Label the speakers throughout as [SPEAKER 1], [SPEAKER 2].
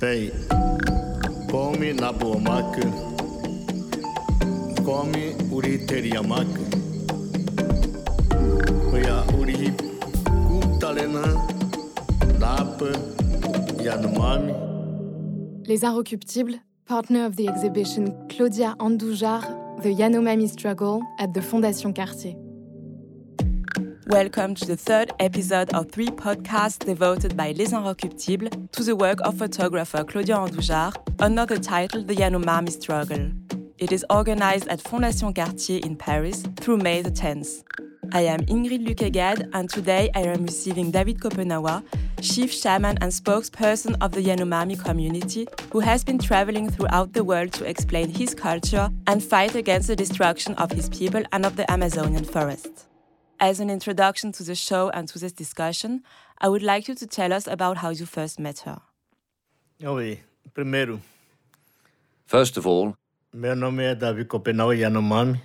[SPEAKER 1] Tem. Come Nabuamac. Come Uriteriamac. Oia Uri Kuntalena. Nap Yanomami.
[SPEAKER 2] Les Arts Occultibles, partner of the exhibition Claudia Andoujar, The Yanomami Struggle at the Fondation Cartier.
[SPEAKER 3] Welcome to the third episode of three podcasts devoted by Les Inrecuptibles to the work of photographer Claudia Andoujar under the title The Yanomami Struggle. It is organized at Fondation Cartier in Paris through May the 10th. I am Ingrid Lukegad and today I am receiving David Kopenawa, chief shaman and spokesperson of the Yanomami community, who has been traveling throughout the world to explain his culture and fight against the destruction of his people and of the Amazonian forest. As an introduction to the show and to this discussion, I would like you to tell us about how you first met her.
[SPEAKER 1] Oi, primeiro,
[SPEAKER 4] First of all,
[SPEAKER 1] meu nome é Davi Copenau Yanomami.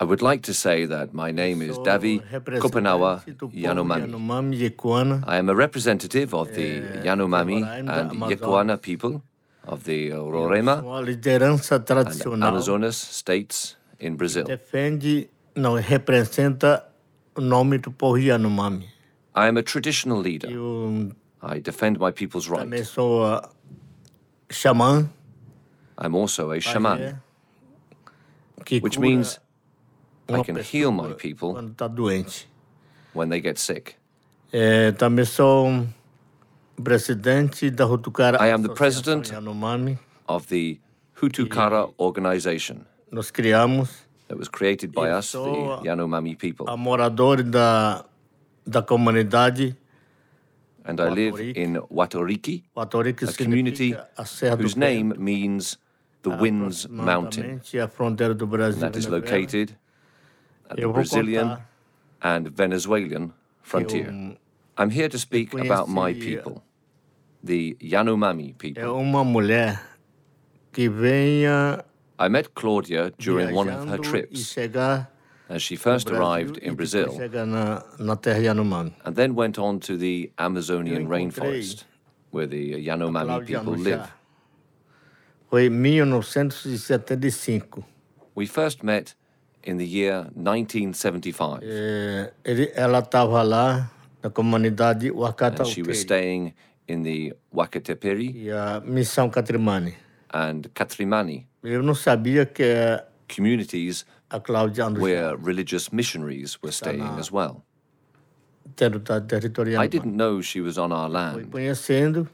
[SPEAKER 4] I would like to say that my name is é Davi Kopenawa Yanomami.
[SPEAKER 1] Yanomami Yekuana.
[SPEAKER 4] I am a representative of the Yanomami and Yekuana people of the Roraima
[SPEAKER 1] Uma liderança
[SPEAKER 4] and
[SPEAKER 1] tradicional.
[SPEAKER 4] Amazonas states in Brazil.
[SPEAKER 1] Defende, não, representa o nome do povo Yanomami.
[SPEAKER 4] I am a traditional leader.
[SPEAKER 1] Eu
[SPEAKER 4] I defend my people's
[SPEAKER 1] também
[SPEAKER 4] right.
[SPEAKER 1] sou ah, xamã.
[SPEAKER 4] I'm also a
[SPEAKER 1] é,
[SPEAKER 4] shaman,
[SPEAKER 1] Que
[SPEAKER 4] which
[SPEAKER 1] cura
[SPEAKER 4] means I
[SPEAKER 1] uma
[SPEAKER 4] can
[SPEAKER 1] pessoa
[SPEAKER 4] heal my people
[SPEAKER 1] Quando está doente.
[SPEAKER 4] when they get sick.
[SPEAKER 1] É, também sou um presidente da Rutucara
[SPEAKER 4] I am the
[SPEAKER 1] Associação
[SPEAKER 4] president.
[SPEAKER 1] Yanomami.
[SPEAKER 4] Of the Hutukara organization
[SPEAKER 1] Nós criamos
[SPEAKER 4] that was created by us, the
[SPEAKER 1] so, uh,
[SPEAKER 4] Yanomami people.
[SPEAKER 1] a moradores da, da comunidade
[SPEAKER 4] And I live
[SPEAKER 1] Watoriki.
[SPEAKER 4] in Watoriki,
[SPEAKER 1] Watori, que
[SPEAKER 4] a community
[SPEAKER 1] significa a Serra do
[SPEAKER 4] whose name means the Winds Mountain,
[SPEAKER 1] aproximadamente a fronteira do Brasil.
[SPEAKER 4] that is
[SPEAKER 1] e Venezuela.
[SPEAKER 4] located at the
[SPEAKER 1] Eu vou
[SPEAKER 4] Brazilian
[SPEAKER 1] contar
[SPEAKER 4] and Venezuelan frontier. I'm here to speak about my
[SPEAKER 1] conheci, uh,
[SPEAKER 4] people, the
[SPEAKER 1] É
[SPEAKER 4] Yanomami people.
[SPEAKER 1] uma mulher que venha
[SPEAKER 4] I met Claudia during one of her
[SPEAKER 1] viajando e
[SPEAKER 4] trips
[SPEAKER 1] chegar
[SPEAKER 4] as she first
[SPEAKER 1] no
[SPEAKER 4] arrived
[SPEAKER 1] e
[SPEAKER 4] in
[SPEAKER 1] depois
[SPEAKER 4] Brazil
[SPEAKER 1] Chega na, na terra Yanomami.
[SPEAKER 4] and then went on to the Amazonian
[SPEAKER 1] Eu encontrei
[SPEAKER 4] rainforest where the Yanomami
[SPEAKER 1] Cláudia
[SPEAKER 4] people
[SPEAKER 1] Anujá.
[SPEAKER 4] live.
[SPEAKER 1] Foi em 1975.
[SPEAKER 4] We first met in the year
[SPEAKER 1] Eh,
[SPEAKER 4] 1975.
[SPEAKER 1] É, ele, ela estava lá na comunidade
[SPEAKER 4] and she was
[SPEAKER 1] Wakatauperi
[SPEAKER 4] staying in the Wakateperi
[SPEAKER 1] e a missão Catrimani.
[SPEAKER 4] and Katrimani
[SPEAKER 1] Eu não sabia que é
[SPEAKER 4] communities
[SPEAKER 1] a Cláudia André
[SPEAKER 4] where religious missionaries were staying as well.
[SPEAKER 1] era territorial.
[SPEAKER 4] I didn't know she was on our
[SPEAKER 1] Fui
[SPEAKER 4] land,
[SPEAKER 1] conhecendo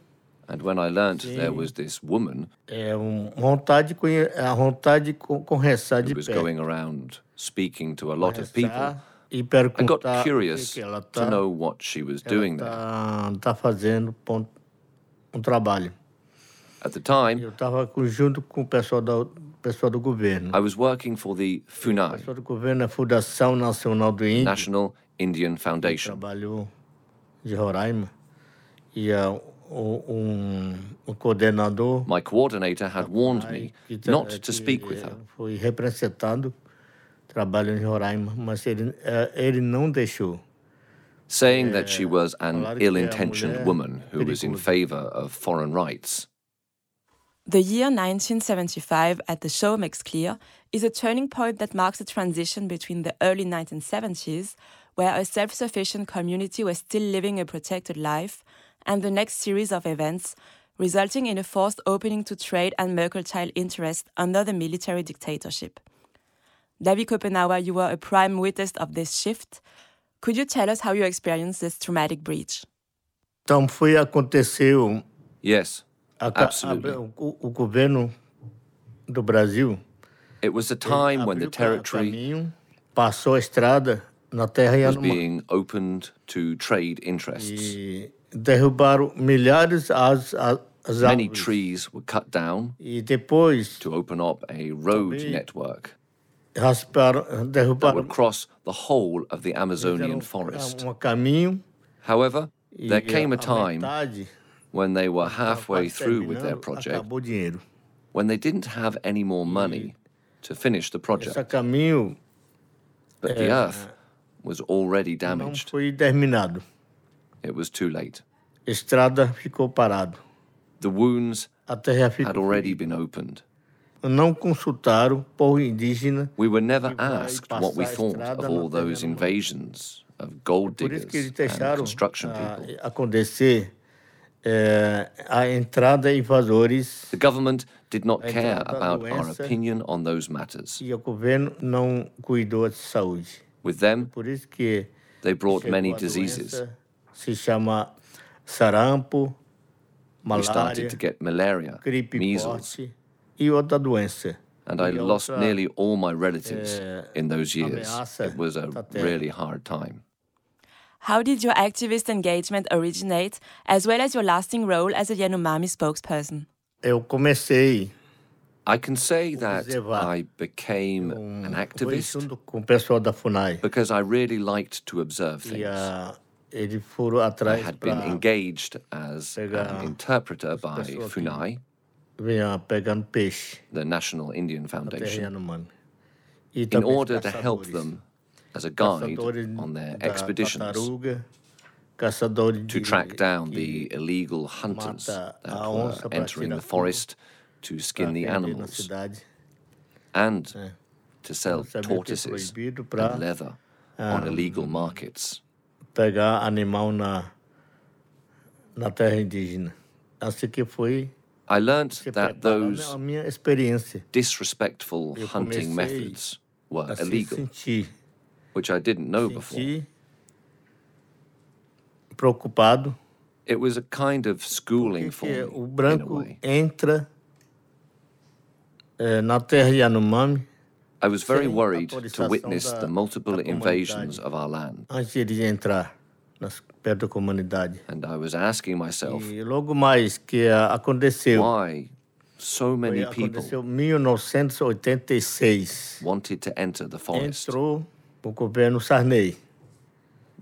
[SPEAKER 4] and when I learnt there was this woman
[SPEAKER 1] é, um, vontade de conhe- a vontade de con- conversar
[SPEAKER 4] who
[SPEAKER 1] de
[SPEAKER 4] was
[SPEAKER 1] perto.
[SPEAKER 4] going around speaking to a lot of people,
[SPEAKER 1] conversar e
[SPEAKER 4] I got
[SPEAKER 1] perguntar
[SPEAKER 4] curious
[SPEAKER 1] o que, que ela tá
[SPEAKER 4] to know what she was doing there.
[SPEAKER 1] está tá fazendo ponto, um trabalho.
[SPEAKER 4] At the time,
[SPEAKER 1] Eu estava junto com o pessoal, da, pessoal do governo.
[SPEAKER 4] I was working for the
[SPEAKER 1] O
[SPEAKER 4] FUNAI,
[SPEAKER 1] pessoal do governo é a Fundação Nacional do Índio,
[SPEAKER 4] National Indian Foundation.
[SPEAKER 1] trabalhou de Roraima. E ah, o, um, o coordenador
[SPEAKER 4] My coordinator had warned me
[SPEAKER 1] que tra-
[SPEAKER 4] not to
[SPEAKER 1] que,
[SPEAKER 4] speak with
[SPEAKER 1] eh,
[SPEAKER 4] her.
[SPEAKER 1] Foi representado, trabalho em Roraima, mas ele, eh, ele não deixou.
[SPEAKER 4] saying that she was an
[SPEAKER 1] falar que é a
[SPEAKER 4] ill intentioned
[SPEAKER 1] mulher
[SPEAKER 4] woman who was in favor of foreign rights.
[SPEAKER 3] The year 1975 at the show makes clear is a turning point that marks a transition between the early 1970s, where a self sufficient community was still living a protected life, and the next series of events, resulting in a forced opening to trade and mercantile interest under the military dictatorship. David Kopenawa, you were a prime witness of this shift. Could you tell us how you experienced this traumatic breach?
[SPEAKER 1] Então foi aconteceu
[SPEAKER 4] Yes,
[SPEAKER 1] a, ca-
[SPEAKER 4] absolutely.
[SPEAKER 1] a- o, o governo do Brasil
[SPEAKER 4] It was a time when the
[SPEAKER 1] abriu ca-
[SPEAKER 4] territory
[SPEAKER 1] caminho, passou a estrada na terra
[SPEAKER 4] was
[SPEAKER 1] Yanomami
[SPEAKER 4] being opened to trade interests.
[SPEAKER 1] e derrubaram milhares as as, as
[SPEAKER 4] Many
[SPEAKER 1] árvores.
[SPEAKER 4] trees were cut down
[SPEAKER 1] e depois
[SPEAKER 4] to open up a road
[SPEAKER 1] Também
[SPEAKER 4] network
[SPEAKER 1] rasparam
[SPEAKER 4] that
[SPEAKER 1] derrubaram
[SPEAKER 4] would cross the whole of the
[SPEAKER 1] fizeram
[SPEAKER 4] Amazonian
[SPEAKER 1] um,
[SPEAKER 4] forest.
[SPEAKER 1] um caminho
[SPEAKER 4] However,
[SPEAKER 1] e
[SPEAKER 4] there came a
[SPEAKER 1] a
[SPEAKER 4] time
[SPEAKER 1] metade,
[SPEAKER 4] when they were halfway
[SPEAKER 1] quase
[SPEAKER 4] through with their
[SPEAKER 1] terminando,
[SPEAKER 4] project,
[SPEAKER 1] acabou o dinheiro
[SPEAKER 4] when they didn't have any more money to finish the
[SPEAKER 1] esse
[SPEAKER 4] project.
[SPEAKER 1] caminho
[SPEAKER 4] But the earth was already
[SPEAKER 1] não
[SPEAKER 4] damaged.
[SPEAKER 1] foi terminado
[SPEAKER 4] It was too late.
[SPEAKER 1] estrada ficou parado
[SPEAKER 4] The wounds
[SPEAKER 1] a terra
[SPEAKER 4] had
[SPEAKER 1] ficou.
[SPEAKER 4] already been opened.
[SPEAKER 1] Não consultaram o povo indígena.
[SPEAKER 4] We were never
[SPEAKER 1] E vai
[SPEAKER 4] asked what we
[SPEAKER 1] passar a
[SPEAKER 4] thought
[SPEAKER 1] estrada
[SPEAKER 4] of
[SPEAKER 1] na
[SPEAKER 4] all those
[SPEAKER 1] terra do-
[SPEAKER 4] invasions of gold
[SPEAKER 1] Por isso que
[SPEAKER 4] diggers
[SPEAKER 1] eles
[SPEAKER 4] and
[SPEAKER 1] deixaram
[SPEAKER 4] construction
[SPEAKER 1] ah,
[SPEAKER 4] people.
[SPEAKER 1] acontecer eh, a entrada de invasores
[SPEAKER 4] The government did not
[SPEAKER 1] a
[SPEAKER 4] care
[SPEAKER 1] entrada da
[SPEAKER 4] about our
[SPEAKER 1] doença.
[SPEAKER 4] opinion on those matters.
[SPEAKER 1] e o governo não cuidou de saúde.
[SPEAKER 4] With them,
[SPEAKER 1] Por isso que
[SPEAKER 4] they brought
[SPEAKER 1] chegou
[SPEAKER 4] many
[SPEAKER 1] a
[SPEAKER 4] diseases.
[SPEAKER 1] doença, se chama sarampo,
[SPEAKER 4] We started
[SPEAKER 1] malária,
[SPEAKER 4] to get malaria,
[SPEAKER 1] gripe
[SPEAKER 4] measles,
[SPEAKER 1] forte e outra doença.
[SPEAKER 4] and I
[SPEAKER 1] e
[SPEAKER 4] lost
[SPEAKER 1] outra
[SPEAKER 4] nearly all my relatives
[SPEAKER 1] eh,
[SPEAKER 4] in those years.
[SPEAKER 1] ameaça
[SPEAKER 4] It was a
[SPEAKER 1] da terra.
[SPEAKER 4] really hard time.
[SPEAKER 3] How did your activist engagement originate, as well as your lasting role as a Yanomami spokesperson?
[SPEAKER 1] Eu comecei
[SPEAKER 4] I can say that
[SPEAKER 1] observar
[SPEAKER 4] I became an
[SPEAKER 1] foi
[SPEAKER 4] activist
[SPEAKER 1] junto com o pessoal da FUNAI.
[SPEAKER 4] because I really liked to observe
[SPEAKER 1] E
[SPEAKER 4] things.
[SPEAKER 1] ah, eles foram
[SPEAKER 4] I
[SPEAKER 1] atrás
[SPEAKER 4] had been
[SPEAKER 1] para
[SPEAKER 4] engaged as
[SPEAKER 1] pegar
[SPEAKER 4] an interpreter by
[SPEAKER 1] pessoas que-
[SPEAKER 4] FUNAI,
[SPEAKER 1] ah, pegando peixe
[SPEAKER 4] the National Indian
[SPEAKER 1] na
[SPEAKER 4] Foundation,
[SPEAKER 1] terra humana. E
[SPEAKER 4] in
[SPEAKER 1] também os
[SPEAKER 4] order to help
[SPEAKER 1] caçadores.
[SPEAKER 4] them as a guide
[SPEAKER 1] caçadores
[SPEAKER 4] on their
[SPEAKER 1] da
[SPEAKER 4] expeditions
[SPEAKER 1] tartaruga, caçadores de,
[SPEAKER 4] to track down
[SPEAKER 1] que tá
[SPEAKER 4] the illegal hunters
[SPEAKER 1] mata
[SPEAKER 4] that
[SPEAKER 1] a
[SPEAKER 4] were
[SPEAKER 1] onça pra
[SPEAKER 4] entering
[SPEAKER 1] tirar
[SPEAKER 4] the
[SPEAKER 1] fogo,
[SPEAKER 4] forest to skin the
[SPEAKER 1] pra vender na
[SPEAKER 4] animals
[SPEAKER 1] cidade.
[SPEAKER 4] and to sell
[SPEAKER 1] Saber que é
[SPEAKER 4] tortoises
[SPEAKER 1] proibido pra,
[SPEAKER 4] and leather on illegal markets.
[SPEAKER 1] pegar animal na na terra indígena. Assim que foi
[SPEAKER 4] I learnt
[SPEAKER 1] se
[SPEAKER 4] that
[SPEAKER 1] preparando
[SPEAKER 4] those
[SPEAKER 1] a minha experiência.
[SPEAKER 4] disrespectful
[SPEAKER 1] Eu
[SPEAKER 4] hunting
[SPEAKER 1] comecei
[SPEAKER 4] methods were
[SPEAKER 1] Assim
[SPEAKER 4] illegal,
[SPEAKER 1] senti,
[SPEAKER 4] which I didn't know before.
[SPEAKER 1] senti preocupado
[SPEAKER 4] It was a kind of schooling for
[SPEAKER 1] porque o
[SPEAKER 4] me, in a
[SPEAKER 1] branco
[SPEAKER 4] way.
[SPEAKER 1] entra eh, na terra Yanomami
[SPEAKER 4] I was very
[SPEAKER 1] sem
[SPEAKER 4] worried to
[SPEAKER 1] autorização
[SPEAKER 4] witness
[SPEAKER 1] da-
[SPEAKER 4] the multiple
[SPEAKER 1] da
[SPEAKER 4] invasions
[SPEAKER 1] comunidade.
[SPEAKER 4] of our land,
[SPEAKER 1] antes de ele entrar nas, perto da comunidade.
[SPEAKER 4] and I was asking myself
[SPEAKER 1] E logo mais que ah, aconteceu,
[SPEAKER 4] why so many
[SPEAKER 1] aconteceu
[SPEAKER 4] people
[SPEAKER 1] em 1986,
[SPEAKER 4] wanted to enter the forest.
[SPEAKER 1] entrou o governo Sarney.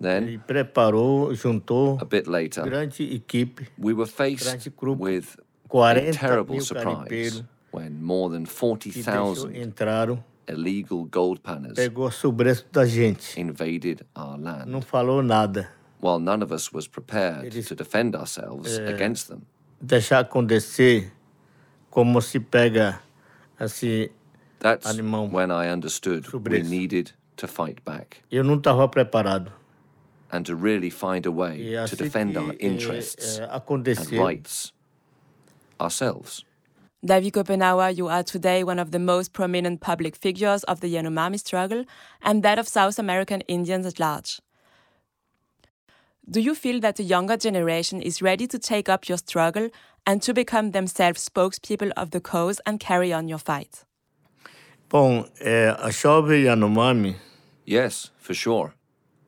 [SPEAKER 1] Ele
[SPEAKER 4] Then,
[SPEAKER 1] preparou, juntou
[SPEAKER 4] a bit later,
[SPEAKER 1] grande equipe,
[SPEAKER 4] we were faced
[SPEAKER 1] grande grupo,
[SPEAKER 4] with a
[SPEAKER 1] 40
[SPEAKER 4] terrible
[SPEAKER 1] mil
[SPEAKER 4] surprise
[SPEAKER 1] garimpeiros
[SPEAKER 4] when more than
[SPEAKER 1] que deixou,
[SPEAKER 4] 40,000
[SPEAKER 1] entraram,
[SPEAKER 4] illegal gold panners
[SPEAKER 1] pegou a sobreço da gente.
[SPEAKER 4] invaded our land.
[SPEAKER 1] Não falou nada.
[SPEAKER 4] while none of us was prepared
[SPEAKER 1] It is-
[SPEAKER 4] to defend ourselves against them.
[SPEAKER 1] Deixar acontecer como se pega assim.
[SPEAKER 4] That's
[SPEAKER 1] animal
[SPEAKER 4] when I understood we
[SPEAKER 1] sobreço.
[SPEAKER 4] needed to fight back
[SPEAKER 1] Eu não estava preparado.
[SPEAKER 4] and to really find a way
[SPEAKER 1] E
[SPEAKER 4] to
[SPEAKER 1] assim
[SPEAKER 4] defend
[SPEAKER 1] que,
[SPEAKER 4] our
[SPEAKER 1] eh,
[SPEAKER 4] interests
[SPEAKER 1] eh,
[SPEAKER 4] and
[SPEAKER 1] aconteceu.
[SPEAKER 4] rights ourselves.
[SPEAKER 3] David Kopenawa, you are today one of the most prominent public figures of the Yanomami struggle and that of South American Indians at large. Do you feel that the younger generation is ready to take up your struggle and to become themselves spokespeople of the cause and carry on your fight?
[SPEAKER 1] Bom, é, a chove Yanomami,
[SPEAKER 4] Yes, for sure.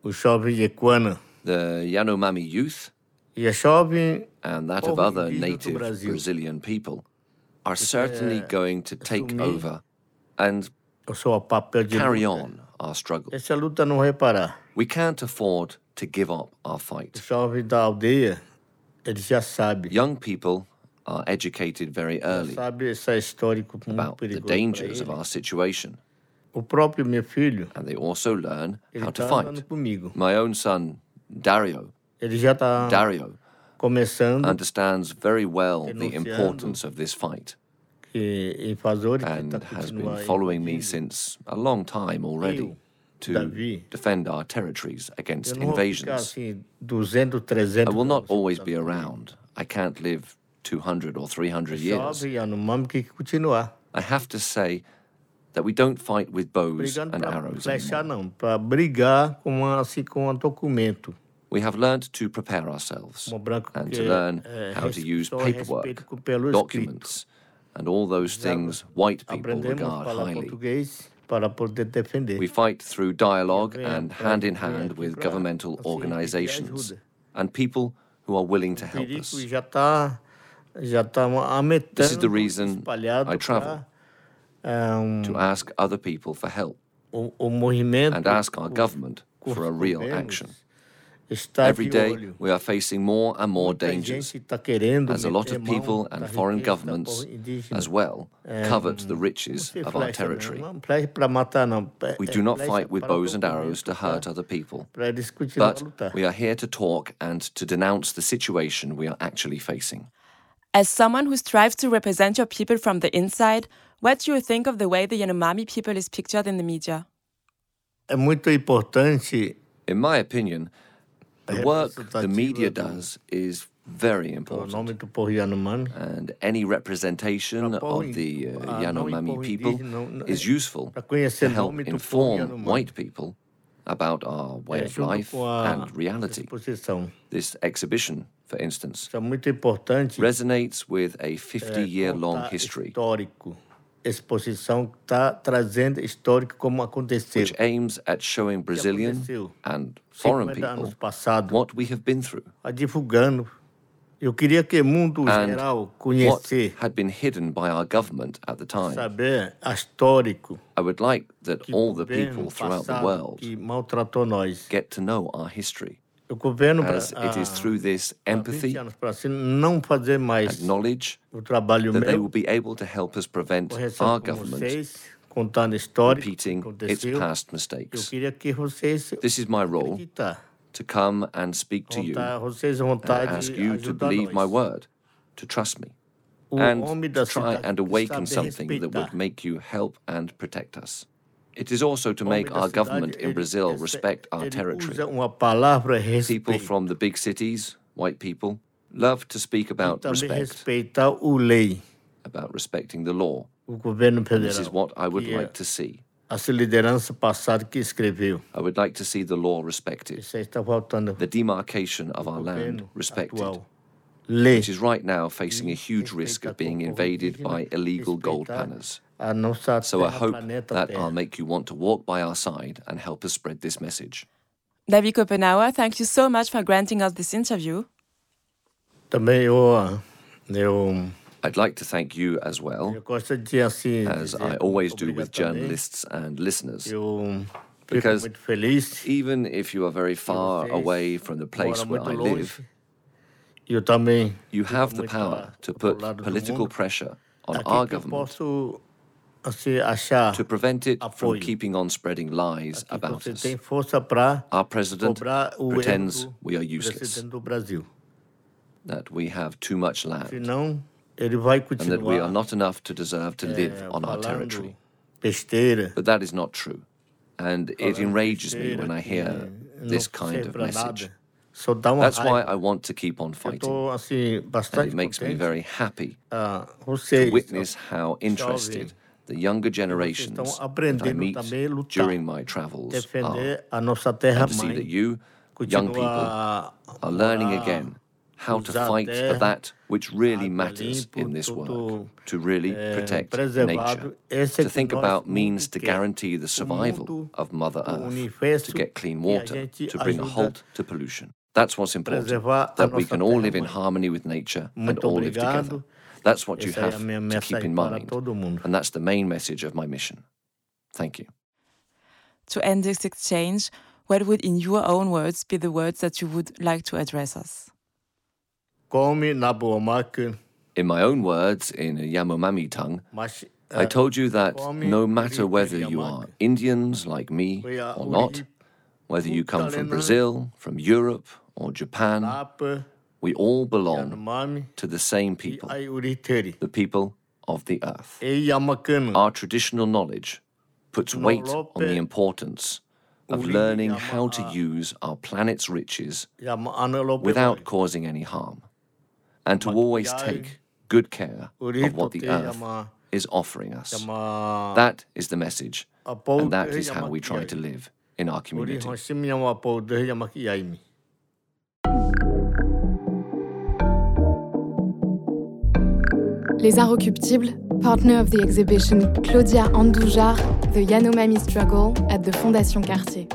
[SPEAKER 1] o chove Yequana
[SPEAKER 4] The Yanomami youth
[SPEAKER 1] e a chove
[SPEAKER 4] and that of
[SPEAKER 1] Povo
[SPEAKER 4] other
[SPEAKER 1] indígena do
[SPEAKER 4] native
[SPEAKER 1] Brasil.
[SPEAKER 4] Brazilian people are
[SPEAKER 1] uh,
[SPEAKER 4] certainly going to take
[SPEAKER 1] assumir
[SPEAKER 4] over and
[SPEAKER 1] o seu papel de
[SPEAKER 4] carry
[SPEAKER 1] luta.
[SPEAKER 4] on our struggle.
[SPEAKER 1] Essa luta não vai parar.
[SPEAKER 4] We can't afford to give up our
[SPEAKER 1] O
[SPEAKER 4] fight.
[SPEAKER 1] chove da aldeia, ele já sabe.
[SPEAKER 4] Young people are educated very early.
[SPEAKER 1] Sabe essa história que é muito
[SPEAKER 4] about the
[SPEAKER 1] perigosa pra
[SPEAKER 4] dangers
[SPEAKER 1] ele.
[SPEAKER 4] of our situation,
[SPEAKER 1] O próprio meu filho,
[SPEAKER 4] and they also learn
[SPEAKER 1] ele
[SPEAKER 4] how to
[SPEAKER 1] está
[SPEAKER 4] fight.
[SPEAKER 1] andando comigo.
[SPEAKER 4] My own son, Dario,
[SPEAKER 1] Ele já está
[SPEAKER 4] Dario
[SPEAKER 1] começando
[SPEAKER 4] understands very well the
[SPEAKER 1] Denunciando.
[SPEAKER 4] importance of this fight
[SPEAKER 1] que invasores que
[SPEAKER 4] and
[SPEAKER 1] está
[SPEAKER 4] has been
[SPEAKER 1] continuando
[SPEAKER 4] following me since a long time already
[SPEAKER 1] Eu,
[SPEAKER 4] to
[SPEAKER 1] Davi,
[SPEAKER 4] defend our territories against
[SPEAKER 1] Eu não vou ficar
[SPEAKER 4] invasions.
[SPEAKER 1] assim 200,
[SPEAKER 4] I
[SPEAKER 1] 300
[SPEAKER 4] will not
[SPEAKER 1] anos.
[SPEAKER 4] always be around. I can't live 200 or 300 years.
[SPEAKER 1] Chove Yanomami tem que continuar.
[SPEAKER 4] I have to say that we don't fight with bows
[SPEAKER 1] brigando
[SPEAKER 4] and
[SPEAKER 1] para
[SPEAKER 4] arrows anymore.
[SPEAKER 1] flechar, não, para brigar com uma, assim, com um documento.
[SPEAKER 4] We have learned to prepare ourselves
[SPEAKER 1] Uma branca
[SPEAKER 4] and
[SPEAKER 1] que,
[SPEAKER 4] to learn
[SPEAKER 1] eh,
[SPEAKER 4] how to
[SPEAKER 1] res-
[SPEAKER 4] use
[SPEAKER 1] só
[SPEAKER 4] paperwork,
[SPEAKER 1] respeito pelo
[SPEAKER 4] documents, and all those things white people
[SPEAKER 1] Aprendemos a
[SPEAKER 4] regard
[SPEAKER 1] falar
[SPEAKER 4] highly.
[SPEAKER 1] português para poder defender.
[SPEAKER 4] We fight through dialogue
[SPEAKER 1] Eu venho
[SPEAKER 4] and
[SPEAKER 1] atrás
[SPEAKER 4] hand
[SPEAKER 1] de
[SPEAKER 4] in
[SPEAKER 1] alguém
[SPEAKER 4] hand
[SPEAKER 1] aqui
[SPEAKER 4] with
[SPEAKER 1] pra,
[SPEAKER 4] governmental
[SPEAKER 1] assim, pedir
[SPEAKER 4] organizations
[SPEAKER 1] ajuda.
[SPEAKER 4] and people who are willing to
[SPEAKER 1] O
[SPEAKER 4] help us.
[SPEAKER 1] perigo já está já tá aumentando,
[SPEAKER 4] This is the reason
[SPEAKER 1] espalhado
[SPEAKER 4] I travel.
[SPEAKER 1] pra, um,
[SPEAKER 4] To ask other people for help
[SPEAKER 1] o, o movimento
[SPEAKER 4] and ask our government
[SPEAKER 1] com os
[SPEAKER 4] for a real
[SPEAKER 1] governos
[SPEAKER 4] action.
[SPEAKER 1] Está
[SPEAKER 4] Every
[SPEAKER 1] de
[SPEAKER 4] day
[SPEAKER 1] olho.
[SPEAKER 4] we are facing more and more
[SPEAKER 1] Muita
[SPEAKER 4] dangers
[SPEAKER 1] gente tá querendo
[SPEAKER 4] as a lot
[SPEAKER 1] meter
[SPEAKER 4] of
[SPEAKER 1] mão
[SPEAKER 4] people
[SPEAKER 1] da
[SPEAKER 4] and foreign
[SPEAKER 1] riqueza da
[SPEAKER 4] governments
[SPEAKER 1] povo indígena. Um,
[SPEAKER 4] as well covet the riches
[SPEAKER 1] Não
[SPEAKER 4] of
[SPEAKER 1] flecha,
[SPEAKER 4] our
[SPEAKER 1] não.
[SPEAKER 4] territory.
[SPEAKER 1] Não flecha pra matar, não. É-
[SPEAKER 4] We
[SPEAKER 1] é
[SPEAKER 4] do not
[SPEAKER 1] flecha
[SPEAKER 4] fight with
[SPEAKER 1] para
[SPEAKER 4] bows and arrows to
[SPEAKER 1] documento, pra-
[SPEAKER 4] hurt other people,
[SPEAKER 1] pra eles continuar a
[SPEAKER 4] but
[SPEAKER 1] lutar.
[SPEAKER 4] we are here to talk and to denounce the situation we are actually facing.
[SPEAKER 3] As someone who strives to represent your people from the inside, what do you think of the way the Yanomami people is pictured in the media?
[SPEAKER 1] É muito importante
[SPEAKER 4] In my opinion, the work the media
[SPEAKER 1] Representativa do-
[SPEAKER 4] does is
[SPEAKER 1] o
[SPEAKER 4] very
[SPEAKER 1] nome
[SPEAKER 4] important.
[SPEAKER 1] do povo Yanomami.
[SPEAKER 4] And any representation
[SPEAKER 1] povo
[SPEAKER 4] of the uh,
[SPEAKER 1] in- ah, não, e
[SPEAKER 4] Yanomami
[SPEAKER 1] povo
[SPEAKER 4] people
[SPEAKER 1] indígena, não-
[SPEAKER 4] is
[SPEAKER 1] é-
[SPEAKER 4] useful
[SPEAKER 1] Para
[SPEAKER 4] to
[SPEAKER 1] conhecer o
[SPEAKER 4] help
[SPEAKER 1] nome do povo
[SPEAKER 4] inform
[SPEAKER 1] Yanomami.
[SPEAKER 4] white people about our way
[SPEAKER 1] É,
[SPEAKER 4] of
[SPEAKER 1] junto
[SPEAKER 4] life
[SPEAKER 1] com a
[SPEAKER 4] and reality.
[SPEAKER 1] Exposição.
[SPEAKER 4] This exhibition, for instance,
[SPEAKER 1] Isso é muito importante.
[SPEAKER 4] resonates with a 50 year long
[SPEAKER 1] contar
[SPEAKER 4] history
[SPEAKER 1] Histórico. Exposição está trazendo histórico como aconteceu.
[SPEAKER 4] which aims at showing Brazilian
[SPEAKER 1] aconteceu?
[SPEAKER 4] and foreign
[SPEAKER 1] 50 anos
[SPEAKER 4] people
[SPEAKER 1] passado,
[SPEAKER 4] what we have been through
[SPEAKER 1] a divulgando. Eu queria que o mundo
[SPEAKER 4] and
[SPEAKER 1] geral
[SPEAKER 4] what
[SPEAKER 1] conhecer,
[SPEAKER 4] had been hidden by our government at the time.
[SPEAKER 1] saber a histórico
[SPEAKER 4] I would like that
[SPEAKER 1] que
[SPEAKER 4] all
[SPEAKER 1] o
[SPEAKER 4] the
[SPEAKER 1] governo
[SPEAKER 4] people throughout the
[SPEAKER 1] passado
[SPEAKER 4] world
[SPEAKER 1] que maltratou nós.
[SPEAKER 4] get to know our history,
[SPEAKER 1] O governo pra-
[SPEAKER 4] as Ah, it is
[SPEAKER 1] há
[SPEAKER 4] through this
[SPEAKER 1] 20
[SPEAKER 4] empathy
[SPEAKER 1] anos para cima não fazer mais
[SPEAKER 4] and knowledge
[SPEAKER 1] o trabalho
[SPEAKER 4] that they will
[SPEAKER 1] meu.
[SPEAKER 4] be able to help us prevent
[SPEAKER 1] Correção
[SPEAKER 4] our
[SPEAKER 1] com
[SPEAKER 4] government
[SPEAKER 1] vocês, contando história que
[SPEAKER 4] repeating its
[SPEAKER 1] aconteceu.
[SPEAKER 4] past
[SPEAKER 1] Eu
[SPEAKER 4] mistakes.
[SPEAKER 1] queria que vocês
[SPEAKER 4] This is my role
[SPEAKER 1] acreditar.
[SPEAKER 4] to come and speak to you
[SPEAKER 1] Vontade, vocês
[SPEAKER 4] I
[SPEAKER 1] vontade
[SPEAKER 4] ask
[SPEAKER 1] de
[SPEAKER 4] you to
[SPEAKER 1] ajudar
[SPEAKER 4] believe my
[SPEAKER 1] nós.
[SPEAKER 4] word, to trust me,
[SPEAKER 1] O homem
[SPEAKER 4] and
[SPEAKER 1] da
[SPEAKER 4] to try
[SPEAKER 1] cidade
[SPEAKER 4] and
[SPEAKER 1] que
[SPEAKER 4] awaken
[SPEAKER 1] sabe
[SPEAKER 4] something that would
[SPEAKER 1] respeitar.
[SPEAKER 4] make you help and protect us. It is also to
[SPEAKER 1] O homem
[SPEAKER 4] make
[SPEAKER 1] da
[SPEAKER 4] our
[SPEAKER 1] cidade,
[SPEAKER 4] government in
[SPEAKER 1] ele-
[SPEAKER 4] Brazil
[SPEAKER 1] esse-
[SPEAKER 4] respect our
[SPEAKER 1] ele
[SPEAKER 4] territory.
[SPEAKER 1] Usa uma palavra
[SPEAKER 4] People
[SPEAKER 1] respeito.
[SPEAKER 4] from the big cities, white people, love to speak
[SPEAKER 1] e
[SPEAKER 4] about
[SPEAKER 1] também
[SPEAKER 4] respect,
[SPEAKER 1] respeitar o lei,
[SPEAKER 4] about respecting the law.
[SPEAKER 1] o governo
[SPEAKER 4] This is
[SPEAKER 1] federal.
[SPEAKER 4] what I would
[SPEAKER 1] que é
[SPEAKER 4] like to see.
[SPEAKER 1] Essa liderança passada que escreveu.
[SPEAKER 4] I would like to see the law respected,
[SPEAKER 1] Isso aí está faltando.
[SPEAKER 4] the demarcation of our land
[SPEAKER 1] governo
[SPEAKER 4] respected,
[SPEAKER 1] atual. Lei.
[SPEAKER 4] which is right now facing a huge risk
[SPEAKER 1] respeitar
[SPEAKER 4] of being
[SPEAKER 1] o povo
[SPEAKER 4] invaded
[SPEAKER 1] indígena,
[SPEAKER 4] by illegal gold
[SPEAKER 1] respeitar
[SPEAKER 4] panners.
[SPEAKER 1] A nossa
[SPEAKER 4] So I
[SPEAKER 1] terra,
[SPEAKER 4] hope
[SPEAKER 1] planeta
[SPEAKER 4] that
[SPEAKER 1] Terra.
[SPEAKER 4] I'll make you want to walk by our side and help us spread this message.
[SPEAKER 3] David Kopenhauer, thank you so much for granting us this interview.
[SPEAKER 1] Também eu, ah, eu,
[SPEAKER 4] I'd like to thank you as well,
[SPEAKER 1] eu gosto de assim.
[SPEAKER 4] as
[SPEAKER 1] dizer
[SPEAKER 4] I always do with
[SPEAKER 1] obrigado eh?
[SPEAKER 4] journalists and listeners.
[SPEAKER 1] também. Eu fico
[SPEAKER 4] Because
[SPEAKER 1] muito feliz.
[SPEAKER 4] Even if you are very far
[SPEAKER 1] vocês
[SPEAKER 4] away from the place
[SPEAKER 1] moram
[SPEAKER 4] where I
[SPEAKER 1] muito
[SPEAKER 4] live,
[SPEAKER 1] longe. E Eu também.
[SPEAKER 4] you have the
[SPEAKER 1] muito
[SPEAKER 4] power
[SPEAKER 1] lá
[SPEAKER 4] to
[SPEAKER 1] do
[SPEAKER 4] put
[SPEAKER 1] lado do
[SPEAKER 4] political
[SPEAKER 1] mundo.
[SPEAKER 4] pressure on
[SPEAKER 1] Aqui
[SPEAKER 4] our
[SPEAKER 1] que eu
[SPEAKER 4] government
[SPEAKER 1] posso assim, achar
[SPEAKER 4] to prevent it from
[SPEAKER 1] apoio.
[SPEAKER 4] keeping on spreading lies
[SPEAKER 1] que
[SPEAKER 4] about
[SPEAKER 1] você
[SPEAKER 4] us.
[SPEAKER 1] tem força para
[SPEAKER 4] Our president
[SPEAKER 1] cobrar o
[SPEAKER 4] pretends
[SPEAKER 1] erro do
[SPEAKER 4] we are useless,
[SPEAKER 1] E presidente do Brasil.
[SPEAKER 4] that we have too much land,
[SPEAKER 1] Senão, ele vai
[SPEAKER 4] and that we
[SPEAKER 1] continuar
[SPEAKER 4] are not enough to deserve to live
[SPEAKER 1] eh,
[SPEAKER 4] on our
[SPEAKER 1] falando
[SPEAKER 4] territory.
[SPEAKER 1] besteira.
[SPEAKER 4] But that is not true. And it
[SPEAKER 1] falando
[SPEAKER 4] enrages me
[SPEAKER 1] besteira
[SPEAKER 4] when I
[SPEAKER 1] que
[SPEAKER 4] hear
[SPEAKER 1] não
[SPEAKER 4] this
[SPEAKER 1] serve
[SPEAKER 4] kind of
[SPEAKER 1] pra
[SPEAKER 4] message.
[SPEAKER 1] nada. Só dá uma
[SPEAKER 4] That's why
[SPEAKER 1] raiva.
[SPEAKER 4] I want to keep on
[SPEAKER 1] Eu
[SPEAKER 4] fighting.
[SPEAKER 1] estou assim
[SPEAKER 4] And
[SPEAKER 1] bastante
[SPEAKER 4] it makes me
[SPEAKER 1] contente.
[SPEAKER 4] very happy
[SPEAKER 1] Ah,
[SPEAKER 4] to
[SPEAKER 1] vocês,
[SPEAKER 4] witness how interested the younger generations that I
[SPEAKER 1] aprendendo
[SPEAKER 4] meet
[SPEAKER 1] também a lutar,
[SPEAKER 4] during my travels are.
[SPEAKER 1] defender a nossa terra
[SPEAKER 4] And to see that
[SPEAKER 1] mãe,
[SPEAKER 4] you, young people,
[SPEAKER 1] continuar
[SPEAKER 4] are learning
[SPEAKER 1] a
[SPEAKER 4] again how to
[SPEAKER 1] usar a
[SPEAKER 4] fight for
[SPEAKER 1] terra,
[SPEAKER 4] that which really
[SPEAKER 1] água
[SPEAKER 4] matters
[SPEAKER 1] limpa,
[SPEAKER 4] in this world,
[SPEAKER 1] tudo,
[SPEAKER 4] to really
[SPEAKER 1] eh,
[SPEAKER 4] protect nature.
[SPEAKER 1] preservado. Esse é
[SPEAKER 4] To
[SPEAKER 1] que
[SPEAKER 4] think
[SPEAKER 1] nós
[SPEAKER 4] about
[SPEAKER 1] muito
[SPEAKER 4] means to
[SPEAKER 1] quer.
[SPEAKER 4] guarantee the survival
[SPEAKER 1] mundo,
[SPEAKER 4] of Mother
[SPEAKER 1] o
[SPEAKER 4] Earth, to
[SPEAKER 1] universo
[SPEAKER 4] get clean
[SPEAKER 1] que a
[SPEAKER 4] water,
[SPEAKER 1] gente
[SPEAKER 4] to bring a
[SPEAKER 1] ajuda
[SPEAKER 4] halt to pollution. That's what's important,
[SPEAKER 1] preservar a
[SPEAKER 4] that we
[SPEAKER 1] nossa
[SPEAKER 4] can all live in
[SPEAKER 1] terra-mãe.
[SPEAKER 4] harmony with nature and
[SPEAKER 1] Muito
[SPEAKER 4] all live together.
[SPEAKER 1] obrigado.
[SPEAKER 4] That's what you
[SPEAKER 1] Essa é e a
[SPEAKER 4] have
[SPEAKER 1] minha
[SPEAKER 4] to keep
[SPEAKER 1] mensagem
[SPEAKER 4] in
[SPEAKER 1] para
[SPEAKER 4] mind.
[SPEAKER 1] todo mundo.
[SPEAKER 4] And that's the main message of my mission. Thank you.
[SPEAKER 3] To end this exchange, what would, in your own words, be the words that you would like to address us?
[SPEAKER 1] come na boa marca,
[SPEAKER 4] In my own words, in a Yamomami tongue,
[SPEAKER 1] mas ah,
[SPEAKER 4] I told you that
[SPEAKER 1] come
[SPEAKER 4] no matter
[SPEAKER 1] grite
[SPEAKER 4] whether
[SPEAKER 1] minha
[SPEAKER 4] you are
[SPEAKER 1] marca.
[SPEAKER 4] Indians like me
[SPEAKER 1] foi a
[SPEAKER 4] or not, whether you come from Brazil, from Europe, or Japan,
[SPEAKER 1] Urapa,
[SPEAKER 4] we all belong
[SPEAKER 1] Yanomami
[SPEAKER 4] to the same
[SPEAKER 1] e
[SPEAKER 4] people,
[SPEAKER 1] a Uriteri.
[SPEAKER 4] the people of the earth.
[SPEAKER 1] E Yamakana.
[SPEAKER 4] Our traditional knowledge puts weight
[SPEAKER 1] Nolope
[SPEAKER 4] on the importance of
[SPEAKER 1] Uri
[SPEAKER 4] learning how to
[SPEAKER 1] Yama-
[SPEAKER 4] use our planet's riches
[SPEAKER 1] Yama Analope
[SPEAKER 4] without causing any harm, and to always
[SPEAKER 1] Makiai,
[SPEAKER 4] take good care
[SPEAKER 1] Uri
[SPEAKER 4] of what the
[SPEAKER 1] Tote
[SPEAKER 4] earth
[SPEAKER 1] Yama-
[SPEAKER 4] is offering us.
[SPEAKER 1] Yama-
[SPEAKER 4] That is the message,
[SPEAKER 1] Apou
[SPEAKER 4] and that
[SPEAKER 1] Te
[SPEAKER 4] is how we try
[SPEAKER 1] Yamakiai.
[SPEAKER 4] to live in our
[SPEAKER 1] Uri
[SPEAKER 4] community.
[SPEAKER 1] Hoshimi Yama Apou Te Yamakiaimi.
[SPEAKER 2] Les Inrecuptibles, partner of the exhibition Claudia Andoujar, The Yanomami Struggle at the Fondation Cartier.